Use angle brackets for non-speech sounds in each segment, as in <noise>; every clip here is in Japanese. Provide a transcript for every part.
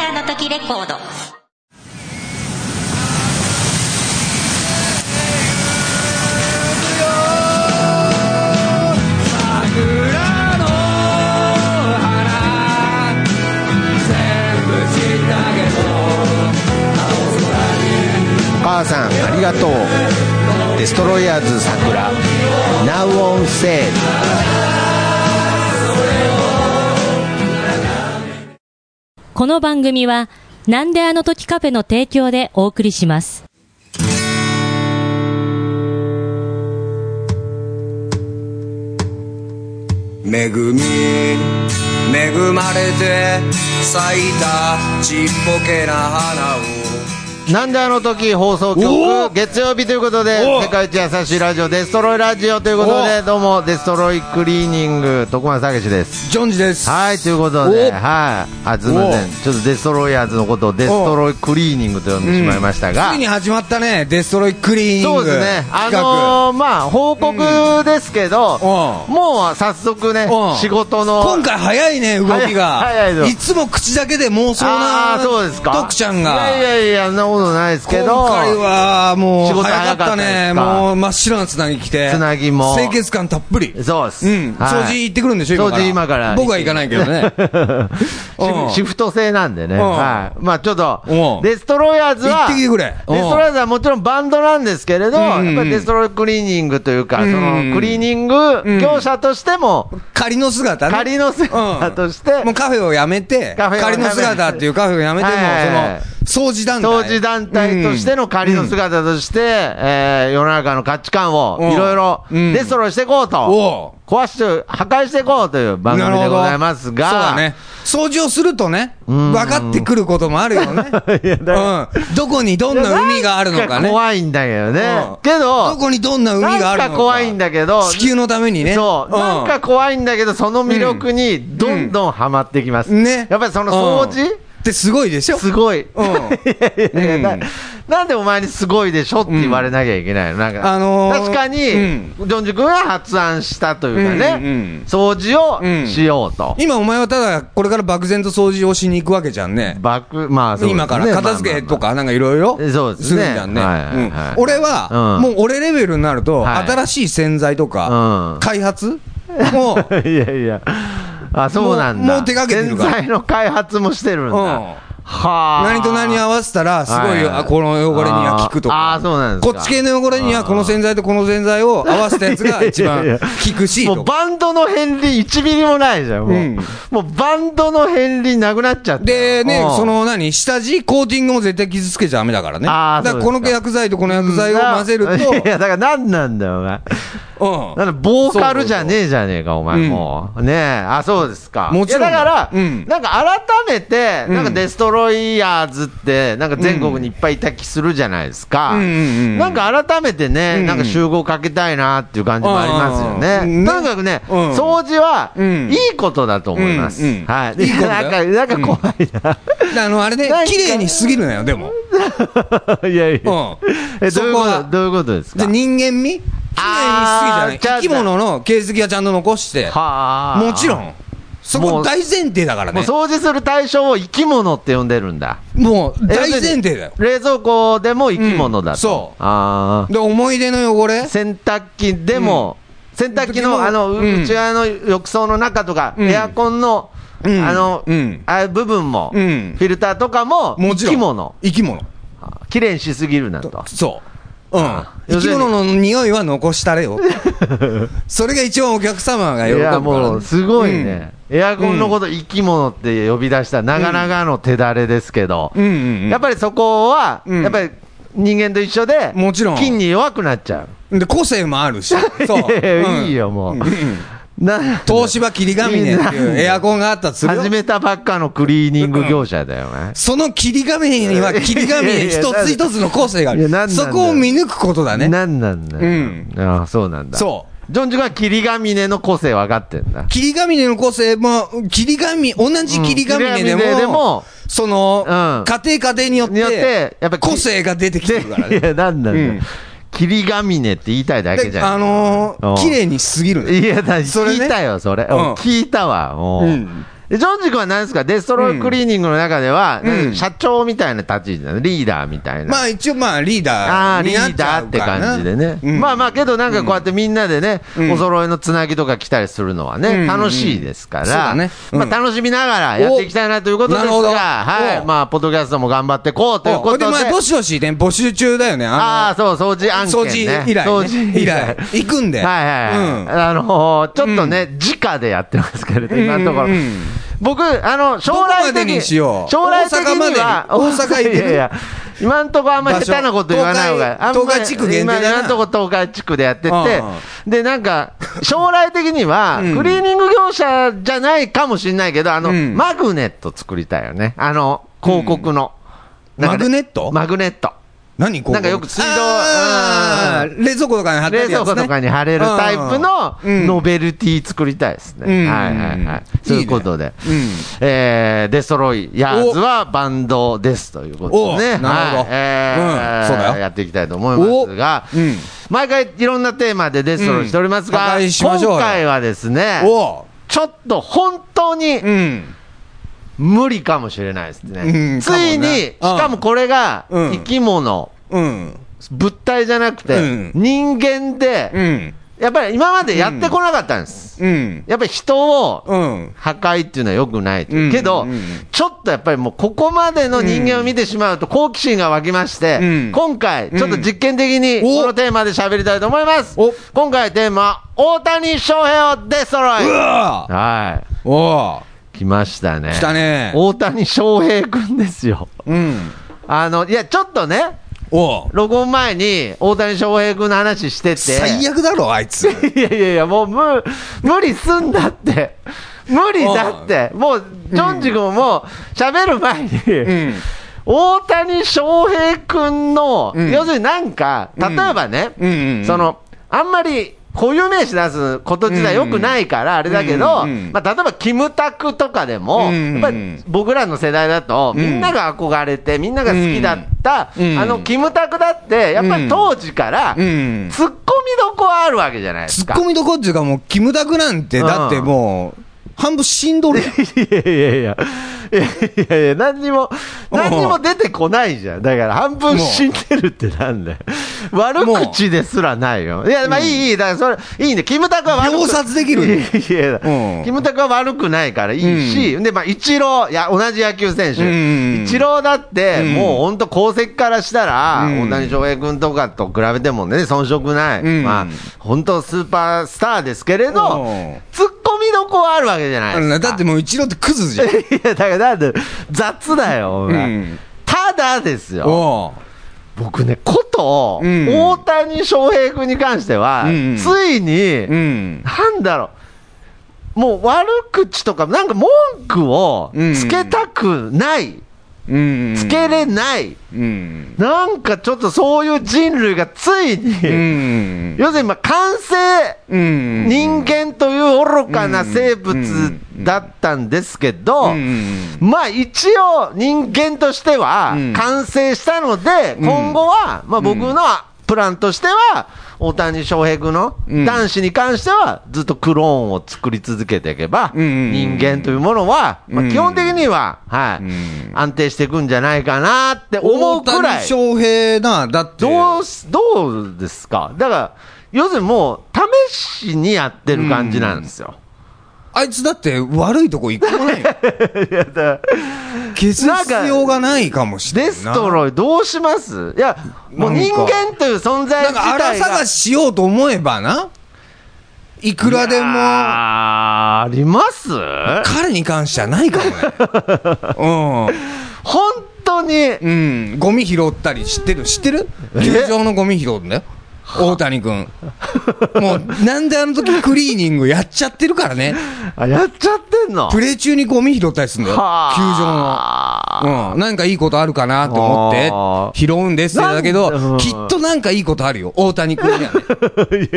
フォード母さんありがとうデストロイヤーズ桜 Now on sale この番組は、なんであの時カフェの提供でお送りします。恵み恵まれて咲いたちっぽけな花をなんであの時放送お局ー月曜日ということでおー世界一優しいラジオデストロイラジオということおでどうもデストロイクリーニング徳間武史ですジョンジですはいということでおはいあすみませおんちょっとデストロイヤーズのことをデストロイクリーニングと呼んでしまいましたが、ついに始まったねデストロイクリーニングそうですね、あ企画のーまあ、報告ですけど、うもう早速ねう、ん仕事の今回早いね動きが早い早いぞいつも口だけで妄想あなーそうですか徳ちゃんがいやいやいや、そんなことないですけど、今回はも仕う事早かったね早かったですかもう真っ白なつなぎ着てつなぎも清潔感たっぷりそうです、うん掃除 <laughs> 行ってくるんでしょ今から掃除今から僕は行かないけど <laughs> ねうんシフシフト制なんでね、うんはいまあ、ちょっとうんデストロイヤーズ行はってきてくれうんデストロイヤーズはもちろんバンドなんですけれど、んうんやっぱりデストロイクリーニングというか、んそのクリーニング業者としても、仮の姿ね仮の姿として、もうカフェをやめてカフェを仮やめての姿っていうカフェをやめてもはいはいはいその掃除団体当時団体としての仮の姿として、えー世の中の価値観をうんいろいろうんデストロイしていこうおと、壊して、破壊していこうという番なるほ組でどございますが、そうだ <laughs> ね。掃除をするとね、分かってくることもあるよ <laughs> ね。うん。どこにどんな海があるのかね。怖いんだけどね。うんけど、どこにどんな海があるのなんか。か怖いんだけど、地球のためにね。そう、んなんか怖いんだけど、その魅力にどんどんハマってきます。ね。やっぱりその掃除、うんってすごいでしょすごい。 <laughs> うんいやいやうんななんでお前にすごいでしょって言われなきゃいけないの、なんかあのー確かに、うジョンジュ君が発案したというかうね、んうん掃除をしようと、今お前はただこれから漠然と掃除をしに行くわけじゃんね。バックまあそうですね今から片付けとまかあまあまあなんかいろいろそうですすねるんじゃんね。はいはいうんはい俺はうんもう俺レベルになるとはい新しい洗剤とうかん開 <laughs> 発もういやいやあそうなんだもうもう手掛けてるから洗剤の開発もしてるんだ、うんはあ何と何に合わせたら、すごい、はいはいあこの汚れには効くとか。あーあーそうなんですかこっち系の汚れには、この洗剤とこの洗剤を合わせたやつが一いや番いや効くし、もとうか。バンドの片鱗1ミリもないじゃんもう,、うんもうバンドの片鱗なくなっちゃっでてね、その何、下地、コーティングも絶対傷つけちゃダメだからね。あーだからそこうですのか薬剤とこの薬剤を混ぜると、 <laughs> いやいやだから何なんだよお前うん。なんだボーカルじゃねえじゃねえか、お前もう。ねえ、あ、そうですか。もちろんいやだから、うんなんか改めて、うんなんかデストロイヤーズって、なんか全国にいっぱいいた気するじゃないですか。うんうんうんなんか改めてね、うんなんか集合かけたいなっていう感じもありますよね。うんとにかくね、うん掃除は、うんいいことだと思います。うんうんはい。いいことだなんか、よなんか怖い <laughs> な。あの、あれねなん、か綺麗にしすぎるのよ、でも。 <laughs> いやいや。うん。えそどういうこことは。どういうことですじゃかあ人間味綺麗にしすぎじゃなあーい。じゃあ生き物の形跡はちゃんと残して、はあもちろん。そもこう大前提だからもうね。掃除する対象を生き物って呼んでるんだ。もう大前提だよ。冷蔵庫でも生き物だと、うんそうあで、思い出の汚れー洗濯機でも、洗濯機うのんあの、ううん内側の浴槽の中とか、うんエアコンの、うんあの、うんああいう部分も、うんフィルターとかももちろん。生き物生き物。きれいにしすぎるなとそう。うんあ。生要すきるに物の匂いは残したれ <laughs> よ。それが一番お客様が喜いぶからね。やもうすごいね、エアコンのこと生き物って呼び出したなかなかの手だれですけど、うんうんうんやっぱりそこは、うんやっぱり人間と一緒でもちろん菌に弱くなっちゃうで、個性もあるし。そう。 <laughs> いやいやうんいいよもう、んんな東芝霧ヶ峰っていうエアコンがあったとするよ始めたばっかのクリーニング業者だよね。その霧ヶ峰には霧ヶ峰一つ一つの個性があいやなんる。なんだそよこを見抜くことだね。なんなんだよ。うんああ、そうなんだ。。そうジョンジュが霧ヶ峰の個性分かってんだ。霧ヶ峰の個性も、霧ヶ峰、同じ霧ヶ峰でうん霧ヶ峰も、でもその、うん家庭家庭によっによってて、やっぱり個性が出てきてるからいね。や、なんなんだうよん。霧ヶ峰って言いたいだけじでゃん。あのうんー、綺麗にしすぎるねいや、だそれ聞ねいたよ、それ。うん聞いたわ、もう。うんでジョンジ君は何ですか、デストロイクリーニングの中では、うんなんか社長みたいな立ち位置なの、リーダーみたいな。まあ一応まあリーあダあーリになっーちゃダーうってからな感じでね、うんまあまあけどなんかこうやってみんなでね、うんお揃いのつなぎとか来たりするのはね、うん楽しいですから、そうだねうんまあ、楽しみながらやっていきたいなということですが、おなるほどはいおまあ、ポッドキャストも頑張ってこうというこおとでで、まあどしどしね募集中だよねあああ、そう、掃除案の件、掃ね、除以来掃除ね以以来来行くんではいはいはい、うんあのーちょっとね、直でやってますけれど、今のところ。うんうんうん僕、あの、将来どこま的でにしよう将来的に大は、阪までに大阪行けるいやいや、今のところあんまり下手なこと言わない方場所東が、海あんまり東海地区限定だな今今のところ東海地区でやってて、うで、なんか、将来的には、 <laughs> うんクリーニング業者じゃないかもしれないけど、あの、うんマグネット作りたいよね。あの、広告の。なんかマグネットマグネット。何こうなんかよく水道あー冷蔵庫とかに貼ってあ冷るや蔵つね庫とかに貼れるタイプのうんノベルティ作りたいですね。うんはいはいはいうん。ということで、いいねうんえーデストロイヤーズはバンドですということでね、おなるほどはいえーうんそうだよやっていきたいと思いますが、おうん毎回いろんなテーマでデストロイしておりますが、うん破壊しましょうよ今回はですね、おうちょっと本当にうん無理かもしれないですね。うんついかもねに、しかもこれがうん生き物、うん物体じゃなくて、うん人間で、うんやっぱり今までやってこなかったんです。うんやっぱり人をうん破壊っていうのは良くないといううんけど、うんうんちょっとやっぱりもうここまでの人間を見てしまうと好奇心が湧きまして、うん今回ちょっと実験的にうんおこのテーマで喋りたいと思いますお。今回テーマは大谷翔平をデストロイうわはおうい。来ましたね。来たね大谷翔平くんですよ。うんあの、いや、ちょっとね、おう録音前に大谷翔平くんの話してて。最悪だろあい <laughs> ついやいやいや、もう無無理すんだって、無理だって、もう、ジョンジ君ももう、喋る前に、ん大谷翔平君の、ん要するになんか、例えばね、うんうんうんその、あんまり、固有名詞出すこと自体良くないから、あれだけど、うんうんまあ、例えば、キムタクとかでも、うんうんやっぱり僕らの世代だと、みんなが憧れて、みんなが好きだった、うんあの、キムタクだって、やっぱり当時から、うんツッコミどこはあるわけじゃないですツか。ッコミどころっていうかもうキムタクなんてだってもう半分死んどるやんいやいやいや。いやいやいや、何にも、何にも出てこないじゃん。だから半分死んでるってなんだよ。悪口ですらないよ。いや、まあいい、いい。だからそれ、いいね。キムタクは悪く秒殺できるいやいや、うんキムタクは悪くないからいいし、で、まあ、イチロー、いや、同じ野球選手。うんイチローだって、もう本当功績からしたら、うん大谷翔平君とかと比べてもね、遜色ない。うんまあ、本当スーパースターですけれどうん、ツッコミどこはあるわけじゃないあですのか。なだってもう一郎ってクズじゃんいや、だからなんで、雑だよ、お前うんただですよ、おう僕ね、こと、うん大谷翔平君に関しては、うんうんついに、うんなんだろう、もう悪口とか、なんか文句をうんつけたくない、うんつけれない、うんなんかちょっとそういう人類がついに、うん要するに、まあ、完成。うん人間という愚かな生物だったんですけど、うんまあ一応人間としてはうん完成したので、今後は、まあ僕のプランとしては、大谷翔平君のうん男子に関しては、ずっとクローンを作り続けていけば、うん人間というものは、まあうん基本的には、はいん、安定していくんじゃないかなって思うくら大谷い。翔平なだってどうす、どうですかだから、要するにもう、試しにやってる感じなんですよ。あいつだって悪いとこ一個も <laughs> ないよ消すなんか必要がないかもしれんないデストロイ、どうしますいや、もうなんか人間という存在なん自体が。か荒探ししようと思えばないくらでいやーもあります彼に関してはないか <laughs> もね本当に、うんうんゴミ拾ったり知ってる知ってるえ球場のゴミ拾うんだよ大谷君もうなんであの時クリーニングやっちゃってるからねあやっちゃってんのプレー中にゴミ拾ったりするんだよは球場のあうん、なんかいいことあるかなと思あって、拾うんですってだけなんうんど、きっとなんかいいことあるよ、大谷君に <laughs> はね。そういうこと大谷君に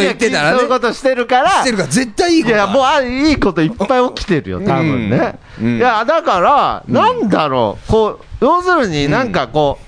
言はってたらねそういうことしてるから、うん。してるから絶対いいいことや、あるもうあいいこといっぱい起きてるよ、多分ね。うんいや、だから、なんだろう、こう、要するになんかこう、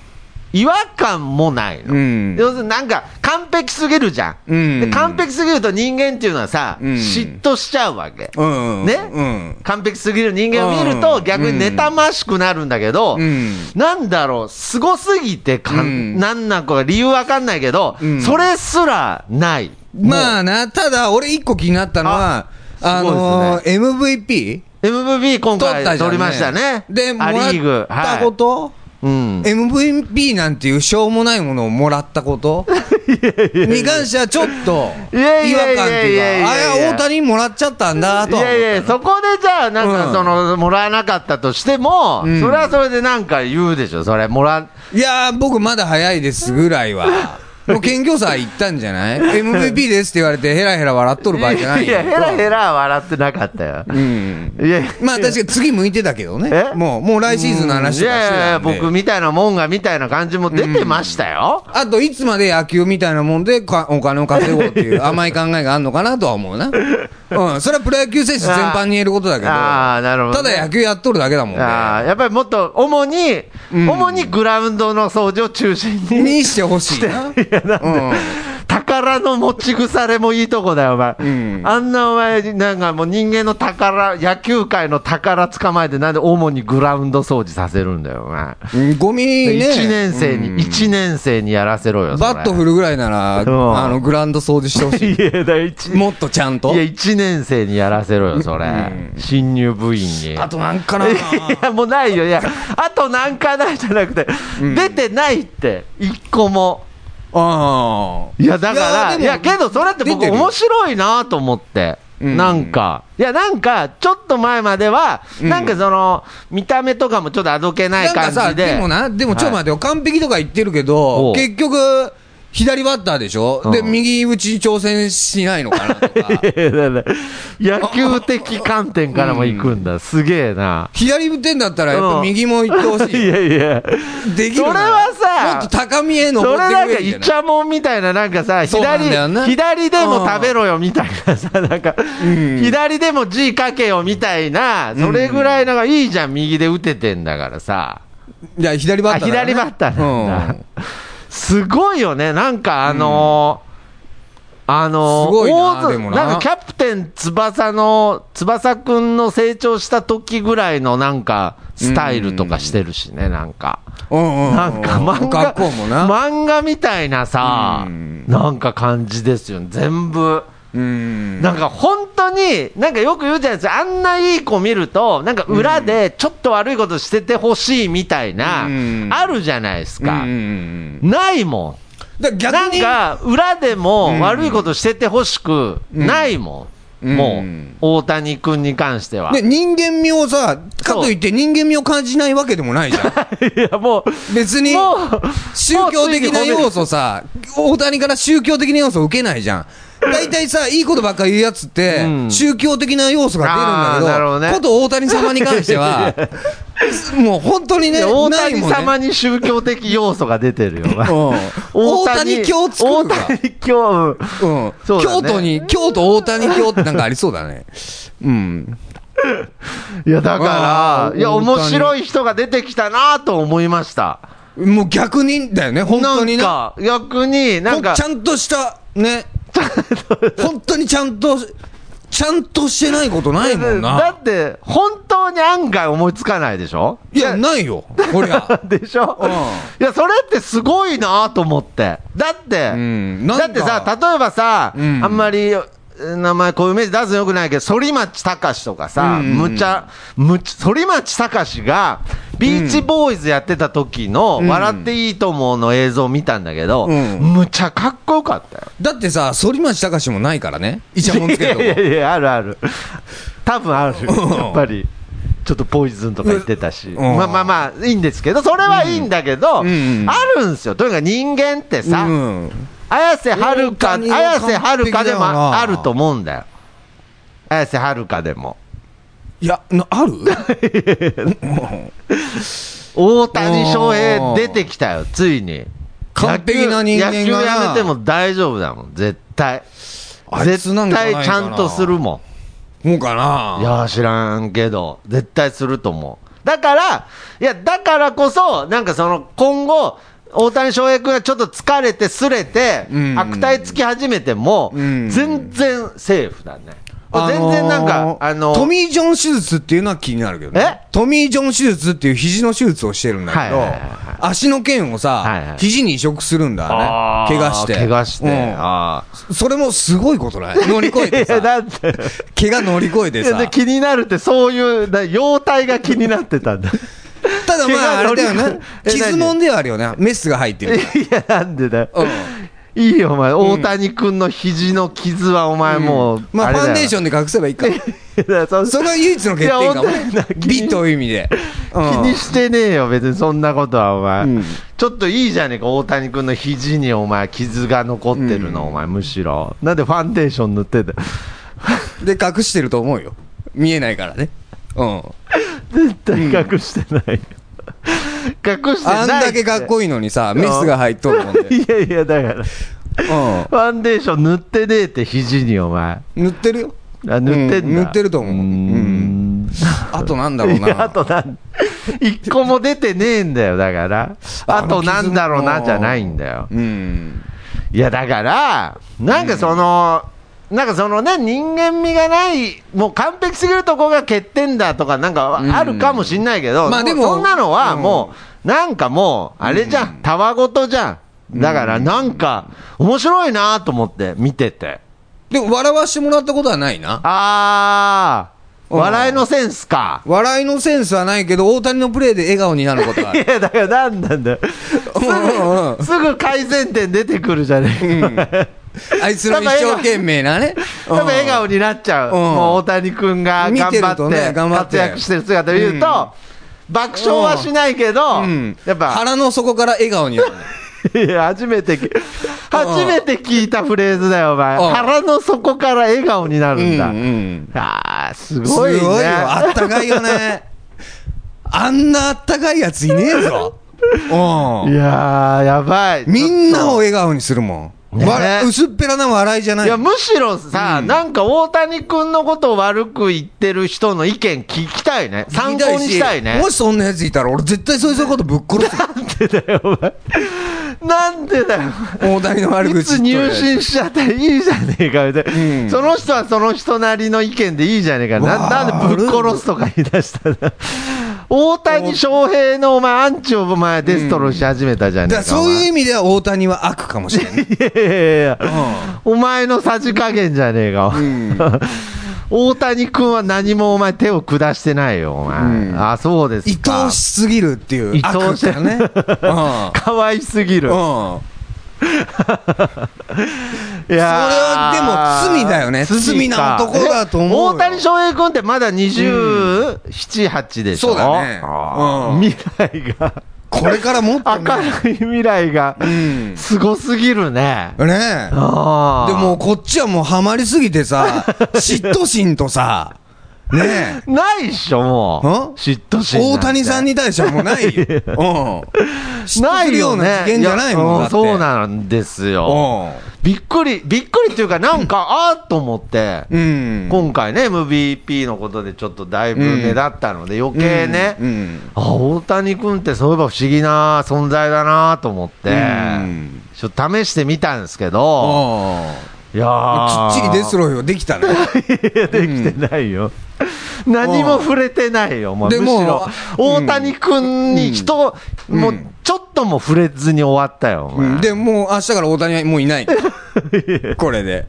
違和感もないの、うん要するになんか完璧すぎるじゃん、うんで完璧すぎると人間っていうのはさ、ん嫉妬しちゃうわけ、うんね、うん完璧すぎる人間を見るとうん逆に妬ましくなるんだけど、うんなんだろうすごすぎてかん、うんなんなんか理由わかんないけど、んそれすらないまああな、ただ俺一個気になったのは、ああのー MVP? MVP 取今った回じゃん、取りましたねで、もア・リーらグったこと、はい、うん、 MVP なんていうしょうもないものをもらったこと <laughs> に関してはちょっとい違やい和や感いってやいいやいうやか、あいれやは大谷もらっちゃったんだといは思ったやいや、そこでじゃあ、なんうかんその、もらえなかったとしても、うんそれはそれでなんか言うでしょ、それ、もら、いやー、僕まだ早いですぐらい <laughs> は。もう謙虚さ行ったんじゃない ?MVP ですって言われてヘラヘラ笑っとる場合じゃないいよや、ヘラヘラ笑ってなかったよ。うん。いや、まあ確かに次向いてたけどねえ。もう、もう来シーズンの話いとかしてやいたや、んで僕みたいなもんがみたいな感じも出てましたよ。あと、いつまで野球みたいなもんでかお金を稼ごうって <laughs> いう甘い考えがあるのかなとは思うな。うん、それはプロ野球選手全般に言えることだけど、あーなるほどたねだ野球やっとるだけだもんああね。やっぱりもっと主に、ん主にグラウンドの掃除を中心に、にしてほしい <laughs> な。うん宝の持ち腐れもいいとこだよ、お前。んあんなお前、なんかもう人間の宝、野球界の宝捕まえて、なんで主にグラウンド掃除させるんだよ、お前。うん。ゴミね。 1年生うに、ん一年生にやらせろよ、それバット振るぐらいなら、うんあの、グラウンド掃除してほしい。 <laughs> いや、だ一もっとちゃんといや、。一年生にやらせろよ、それ。新入部員に。あとなんかないや、もうないよ。いや、あとなんかないじゃなくて、出てないって、一個も。ああ。いや、だから、いいやや、でもけど、それって僕出てるよ面白いなと思って。うんなんか、いや、なんか、ちょっと前までは、んなんかその、見た目とかもちょっとあどけないなん感かさ、じで。でもな、でもちょっと待ってよ、完璧とか言ってるけおどう、結局、左バッターでしょ、で、うん右打ちに挑戦しないのかなとか、<laughs> <laughs> いやだから野球的観点からも行くんだ。すげえな。左打ってんだったら、やっうぱん右も行ってほしいいよ。やいや。できるなそれはさもっと高みへそれ登ってなくんれかるイんチじゃないャモンみたいな、なんかさ、そうなんだよ左、ね左でも食べろよみたいなさ、なんか、ん左でも字書けよみたいな、それぐらいのがいいじゃん、右で打ててんだからさ。いや、左バッター、ね。あ左バッターなんだうんすごいよね、なんかあのーあのーすごいな大空でもなんかキャプテン翼の、翼くんの成長した時ぐらいのなんか、スタイルとかしてるしね、なんか。うんうんうんなんか漫画学校もな。漫画みたいなさ、うんなんか感じですよね、全部。うん。なんか本当に、なんかよく言うじゃないですか、あんないい子見ると、なんか裏でちょっと悪いことしててほしいみたいな、うんあるじゃないですうんか。うんないもだかん。らな逆んに、か裏でも悪いことしててほしくないもん。うんう、もうん大谷君に関しては。で人間味をさ、かといって人間味を感じないわけでもないじゃん。 <laughs> <laughs> いや、もう、別にもう宗教的な要素さ、大谷から宗教的な要素を受けないじゃん。大体さ、いいことばっかり言うやつって、うん宗教的な要素が出るんあーなだけるほど、どねこと大谷様に関して <laughs> は、もう本当にね、いや大ない谷もんね。様に宗教的要素が出てるよ。うん大谷教作大るわ。谷教、うん、そうだね京都に、京都大谷教ってなんかありそうだね。うん。いや、だかあら、ーいや、本当に面白い人が出てきたなと思いました。もう逆にだよね、本な当にんね。か、逆に、なんかち、ゃんとした、 <laughs> ね。本当にちゃんと、ちゃんとしてないことないもんな。だって、本当に案外思いつかないでしょいや、ないよ、こりゃ。でしょ、うんいや、それってすごいなと思って。だって、うんなんだかってさ、例えばさ、うんあんまり、えー名前こういうイメージ出すのよくないけど、反町隆史とかさ、うんむちゃ、むち、反町隆史が、ビーチボーイズやってた時の、うん笑っていいと思うの映像を見たんだけど、うんむちゃかっこよかったよ。だってさ、反町隆史もないからね、イチャモンついけやとこいやいや、あるある。多分ある。やっぱり。ちょっとポイズンとか言ってたし。んまあまあまあ、いいんですけど、それはいいんだけど、うんうんあるんですよ。とにかく人間ってさ、うん。綾瀬はるか、大谷は完璧だ綾瀬よなはるかでもああると思うんだよ。綾瀬はるかでも。いや、なある大谷翔平出てきたよ、ついに。完璧な人間がな野球野球やめても大丈夫だもん、絶対。あいつ <laughs> 絶なんかないか対なちゃんとするもん。もうかないや知らんけど、絶対すると思う。だから、いや、だからこそ、なんかその、今後、大谷翔平君がちょっと疲れて、すれて、うん悪態つき始めても、うん全然セーフだね。全然なんか、あのトミー・ジョン手術っていうのは気になるけどねえ。トミー・ジョン手術っていう肘の手術をしてるんだけど、はいはいはい足の腱をさ、はいはい肘に移植するんだあーね。怪我して。怪我して。うんあそれもすごいことない。乗り越えーて <laughs> いや、さ。<laughs> だって。怪我乗り越えていやさで。気になるって、そういう、だ容体が気になってた <laughs> んだ。ただまあ、あ怪我乗れりだ越えよね。え傷もんではあるよね。メスが入ってる。いや、なんでだよ。うん。いいよ、お前。大谷君の肘の傷は、お前もう。まあ、ファンデーション。ンで隠せばいい <laughs> か。いやそそれは唯一の欠点かもいや本当だね。 <laughs> 美という意味で。う気んにしてねえよ、別にそんなことは、お前、うんちょっといいじゃねえか、大谷君の肘にお前、傷が残ってるの、お前、むしろ。なんでファンデーション塗ってて、で、隠してると思うよ。見えないからね。うん。絶対隠してないよ。隠してないあんだけかっこいいのにさ、メスが入っとるもんで。いやいや、だから、うファンデーション塗ってねえって、肘に、お前。ん。塗ってるよ。あ塗ってんだ、うん塗ってると思うーんあとなんだろういやあな。となん一個も出てねえんだよだからあとなんだろうなじゃないんだようん。いやだからなんかその、なんかそのね人間味がないもう完璧すぎるとこが欠点だとかなんかうんあるかもしんないけど、まあでもそんなのはうんもう、なんかもうあれじゃんたわごとじゃんだからなんか面白いなと思って見ててでも、笑わしてもらったことはないな。あーうん笑いのセンスか笑いのセンスはないけど、大谷のプレーで笑顔になることはあい <laughs> る。や、だから何なんだよ。うんうんすぐ改善点出てくるじゃねえか。あいつの一生懸命なね。多分笑顔になっちゃう。うんもう大谷君が頑見てると張っねて、頑張って活躍してる姿を見ると、爆笑はしないけど、うん。やっぱ、腹の底から笑顔になる。 <laughs> いや初めて、初めて聞いたフレーズだよ、お前。うん腹の底から笑顔になうるんんうだ。ん。あー、すすごごいいね。よ。あったかいよ <laughs> ね。あんなあったかいやついねえぞ。うんい。やー、やばい。みんなをちょっ笑顔にするもん。ね笑薄っぺらな笑いじゃとないい。や、むしろさ、うんなんか大谷君のことを悪く言ってる人の意見聞きたいね。参考にしたいね。もしそんなやついたら、俺絶対そいつのことぶっ殺す <laughs> よ。なんでだよ。大谷の悪い口つ言っ入とるや信しちゃったらいいじゃねえかみたいな、うんその人はその人なりの意見でいいじゃねえかわなあなんでぶっ殺すとか言い出したんだ大谷翔平のお前アンチをお前デストロし始めたじゃつ。ねえだからかそういうう意味では大谷は悪かもしれない。いやいやいやいや、お前のさじ加減じゃねえか、お前うん大谷君は何もお前手を下してないよお前、うんあそうです愛かおしすぎるっていう愛お悪しだね。うかわいすぎる、ん。いうん。やーそれはでも罪だよねか罪な男だと思うよえ大谷翔平君ってまだ27、8でしょそうだねあーうん未来がこれからもっとね。明るい未来がうん。ねすごすぎるね、え。あでーもこっちはもうハマりすぎて <laughs> さ、嫉妬心とさ、ねえ。ないっしょもんう嫉妬心なん大て谷さんに対してはもうないよ。 <laughs> うん。ないよようなね次元じゃないもんやだっうて。そうなんですよびっくりびっくりっていうかなんかあーっと思ってうん。うん。今回ね MVP のことでちょっとだいぶうん目立ったので余計ね、うんうんあ大谷君ってそういえば不思議な存在だなと思って、うんちょっと試してみたんですけど、いやーきっちりデスロイができたね。いや <laughs> できてないよ、何も触れてないよ、もうでむもしろう大ん谷君に人、んもううちょっとも触れずに終わったよ、お前で、もう明日から大谷はもうい <laughs> ない。これで。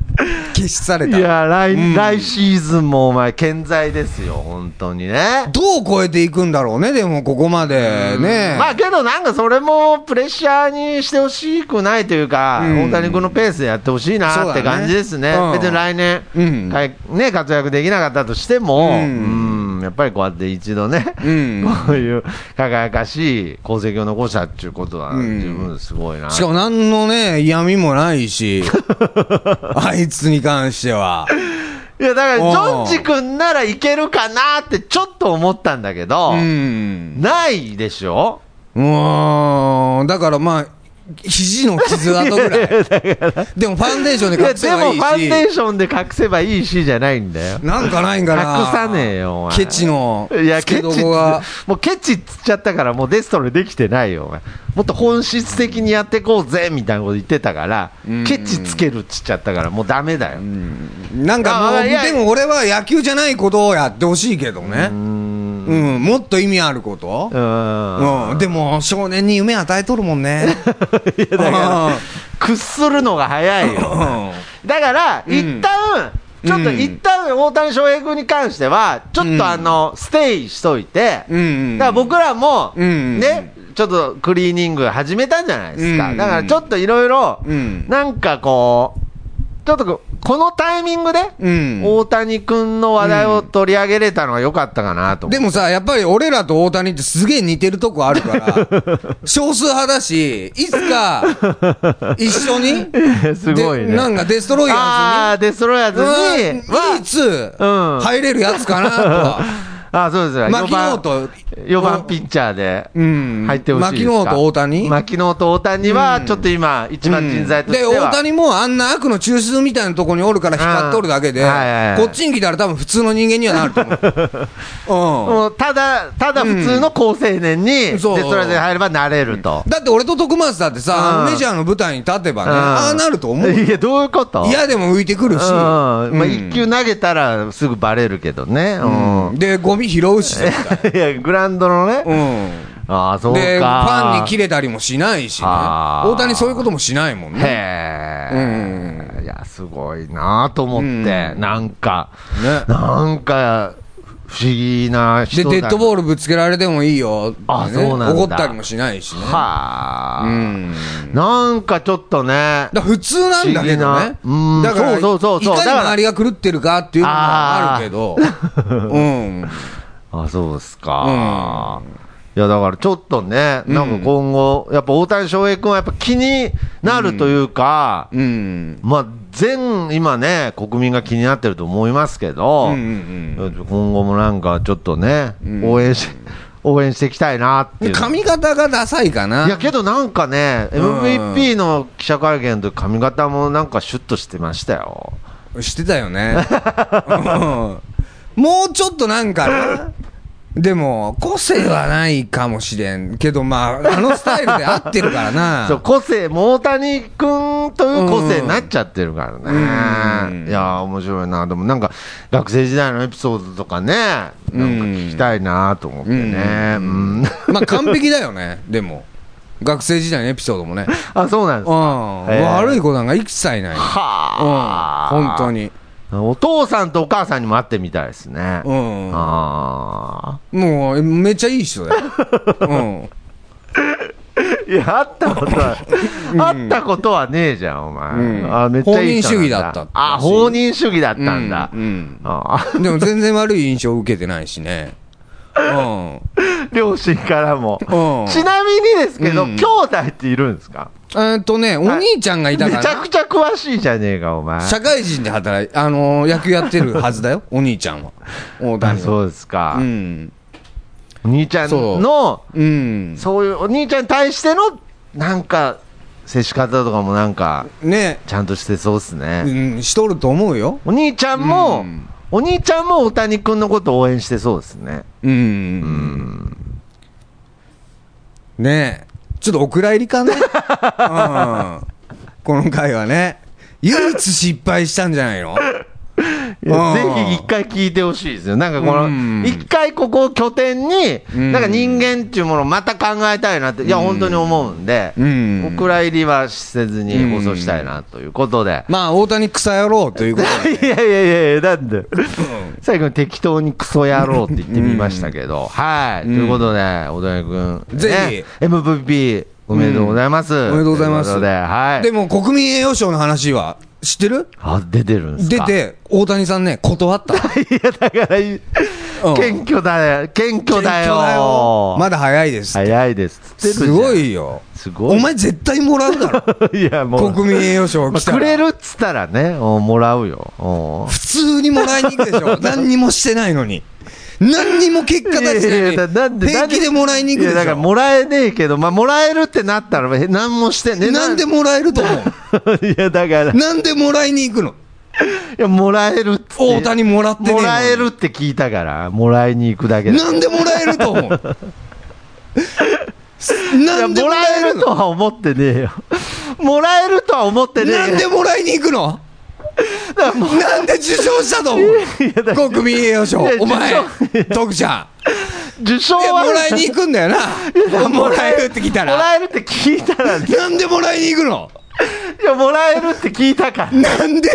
消し去れいた。や来、うん来シーズンもお前健在ですよ本当にねどう超えていくんだろうね、でもここまでね。まあけどなんかそれもプレッシャーにしてほしくないというか、うん大谷君のペースでやってほしいそうなっだてね感じですね、うん別に来年、うんかいね、活躍できなかったとしても、ううんんやっぱりこうやって一度ね、うんこういう輝かしい功績を残したっていうことは、うん十分すごいな。しかも何のね、嫌味もない <laughs> し。あいつに関しては。いや、だから、ジうんョンジ君ならいけるかなってちょっと思ったんだけど、うん。 <laughs> ないでしょうーん。だからまあ、肘の傷跡ぐらい。でもファンデーションいでや隠せでばもいいファンデーし。ションで隠せばいいしじゃないんだよなんかないんかな。隠さねえよお前ケチの。いや付けケチどっつこが。もうケチっつっちゃったからもうデストロイできてないよお前もっと本質的にやってこうぜみたいなこと言ってたからんケチつけるっつっちゃったからもうダメだよなんかもあう、いやでも俺は野球じゃないことをやってほしいけどね。うん。もっと意味あることう。んうん。でも、少年に夢与えとるもんね。いや <laughs> だうんから屈するのが早いようん。だから、ん一旦、ちょっとうん一旦大谷翔平君に関しては、ちょうっんとあの、ステイしといて、うんうんだから僕らも、うんね、ちょっとクリーニング始めたんじゃないですうか。んだからちょっといろいろうん、なんかこう、ちょっとこうこのタイミングで、うん大谷君の話題を取り上げれたのが良かったかなと思でう。もさ、やっぱり俺らと大谷ってすげえ似てるとこある <laughs> から、少数派だし、いつか一緒に、 <laughs> すごいでね。なんかデストロイヤあーあ、デストロイヤーズズに、に、はうん、いつうん入れるやつかなと <laughs> は。ああ、そうですよ。マ4キノ番ーと、 4番ピッチャーでうん入ってほしいですマか、キノーと大谷牧野と大谷はちょっと今一番人材としてで、は、大谷もあんな悪の中枢みたいなとこにおるから光っとるだけで、うんはいはいはいこっちに来たら多分普通の人間にはなると思う。 <laughs> うん。もうただただ普通の好青年にデスそうトライズに入ればなれると、だって俺と徳松だってさ、うんメジャーの舞台に立てばね、うんああなると思うよ。いやどういうこと嫌でも浮いてくるし、うんまあ、うん1球投げたらすぐバレるけどね、うん <laughs> うんで、ゴミ拾うし、いやグラウンドのね、うん、ああそうかで、ファンに切れたりもしないしね、あー大谷、そういうこともしないもんね。へえ、いやすごいなと思って、うんなんかねなんか不思議なで、人だデッドボールぶつけられてもいいよ、あねそうなんだ怒ったりもしないしね。はあ、うんなんかちょっとね、だから普通なんだけどね不思議なうん。だから、そうそうそうそういかにだから周りが狂ってるかっていうのもあるけど、うん。あそうですか、いやだからちょっとね、んなんか今後、やっぱ大谷翔平君はやっぱ気になるというか、うん。まあ、全、今ね、国民が気になってると思いますけど、うんうん今後もなんかちょっとね、応援し、応援していきたいなっていう。髪型がダサいかな。いやけどなんかね、うん MVP の記者会見で髪型もなんかシュッとしてましたよ。してたよね、うんもうちょっとなんかなでも個性はないかもしれんけどまああのスタイルで合ってるからな <laughs> そう個性もう大谷君という個性になっちゃってるからね、うんいやー面白いなでもなんか学生時代のエピソードとかねなんか聞きたいなと思ってね、うん <laughs> まあ完璧だよねでも学生時代のエピソードもね、あそうなんですうんはえ悪い子なんか一切ない、うん、あ、本当に、お父さんとお母さんにも会ってみたいですね、うあん、あもうめっちゃいい人だよ、うん、ーいや会ったことは会ったことはねえじゃんお前、うんあめっちゃいい人な放任主ん義だったってあ放任主義だ <laughs> ったんだ、うんうんあーでも全然悪い印象を受けてないしね、うん、両親からもう。んちなみにですけど、うん兄弟っているんですかえーっとね、お兄ちゃんがいためちからゃなくちゃ詳しいじゃねえか、お前。社会人で働い、あのー野球やってるはず <laughs> だよ、お兄ちゃんは。大あ谷は。そうですか。うん。お兄ちゃんのそ、うん。そういうお兄ちゃんに対しての、なんか、接し方とかもなんか、ね、ちゃんとしてそうですうね。ん、しとると思うよ。お兄ちゃんもうん、お兄ちゃんも大谷君のことを応援してそうですね。うん。ねえ、ちょっとお蔵入り <laughs> かな、うん、この回はね、唯一失敗したんじゃないのいやうんぜひ一回聞いてほしいですよ。なんかこうんの、一回ここを拠点に、んなんか人間っていうものをまた考えたいなって、いや、本当に思うんで、うんお蔵入りはせずに放送したいなということで。まあ、大谷草野郎ということ <laughs> で。いやいやいやいや、なんで、最後に適当にクソ野郎って言ってみましたけど、はい。ということで、小田井君、ぜひ、MVP おめでとうございます。おめでとうございますとうことで、はい。でも、国民栄誉賞の話は、知ってるあ、出てるんです出かて、大谷さんね、断った。いや、だから、ういん謙虚だよ。謙謙虚だ虚だよよ。まだ早いです。早いです。つってるじゃんすごい。よ。すごいお前絶対もらうだろ。いや、 <laughs> もう。国民栄誉賞まあ来たら。くれるっつったらね、おもらうよ。お <laughs> 普通にもらいに行くでしょ。何にもしてないのに。何にも結果出していやいやないやだのなんに平気でもらいに行くやでだしからょもらえねえけど、まあ、もらえるってなったら、え何もしてね。なんでもらえると思 <laughs> ういや、だから、いなんでもらいに行くのや、もらえるって。大谷もらってねえのもにらえるって聞いたから、もらいに行くだけだなんでもらえる <laughs> と思ういなやんでももららええるるとのは思ってねえよ。もらえるとは思ってねえよなんでもらいに行くのだからも <laughs> なんで受賞したと思う国民栄誉賞いやお前受徳ちゃ受賞んいやはもらいに行くんだよなもらえるって聞いたもららえるって聞いたら、いなんでもらいに行くのや、もらえるって聞いたから。なんで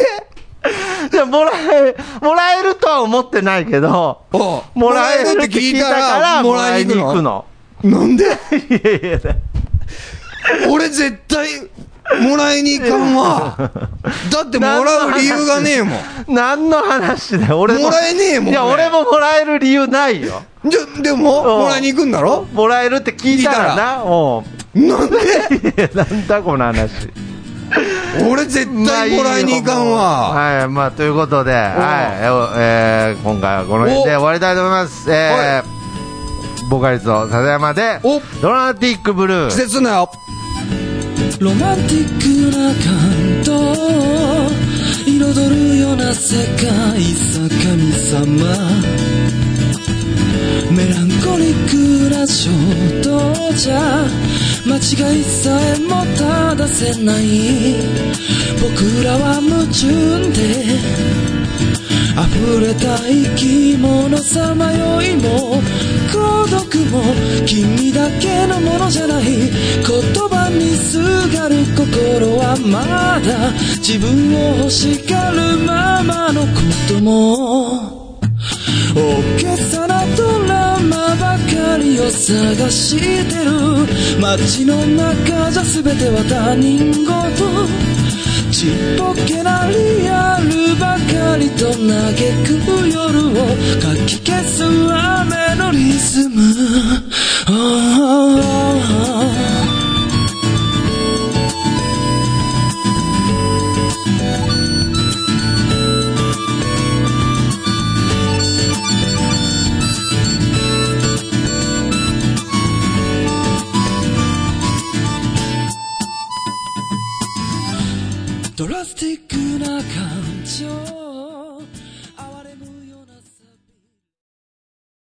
いや、もらえ、もらえるとは思ってないけど、おうもらえるって聞いたから、ももららいいにに行行くくの。なんでいやいやだ俺絶対もらいに行かんわ <laughs> だってもらう理由がねえもん何の話だよ、俺もらえねえもんいや、俺俺ももらえる理由ないよ。じゃでもうんもらいに行くんだろもらえるって聞いたらな、おなん <laughs> でうん。いや、なんだこの話。俺絶対もらいに行かんわはい、まあ、ということで、はい、えー、今回はこの辺で終わりたいと思います。えー、ボーカリスト、笹山でお、ドラマティックブルー。季節すんなよロマンティックな感動を彩るような世界さ神様メランコリックな衝動じゃ間違いさえも正せない僕らは矛盾で溢れた生き物さまよいも孤独も君だけのものじゃない言葉にすがる心はまだ自分を欲しがるままのことも大げさなドラマばかりを探してる街の中じゃ全ては他人事ちっぽけなリアルばかりと嘆く夜をかき消す雨のリズム、ああドラスティックな感情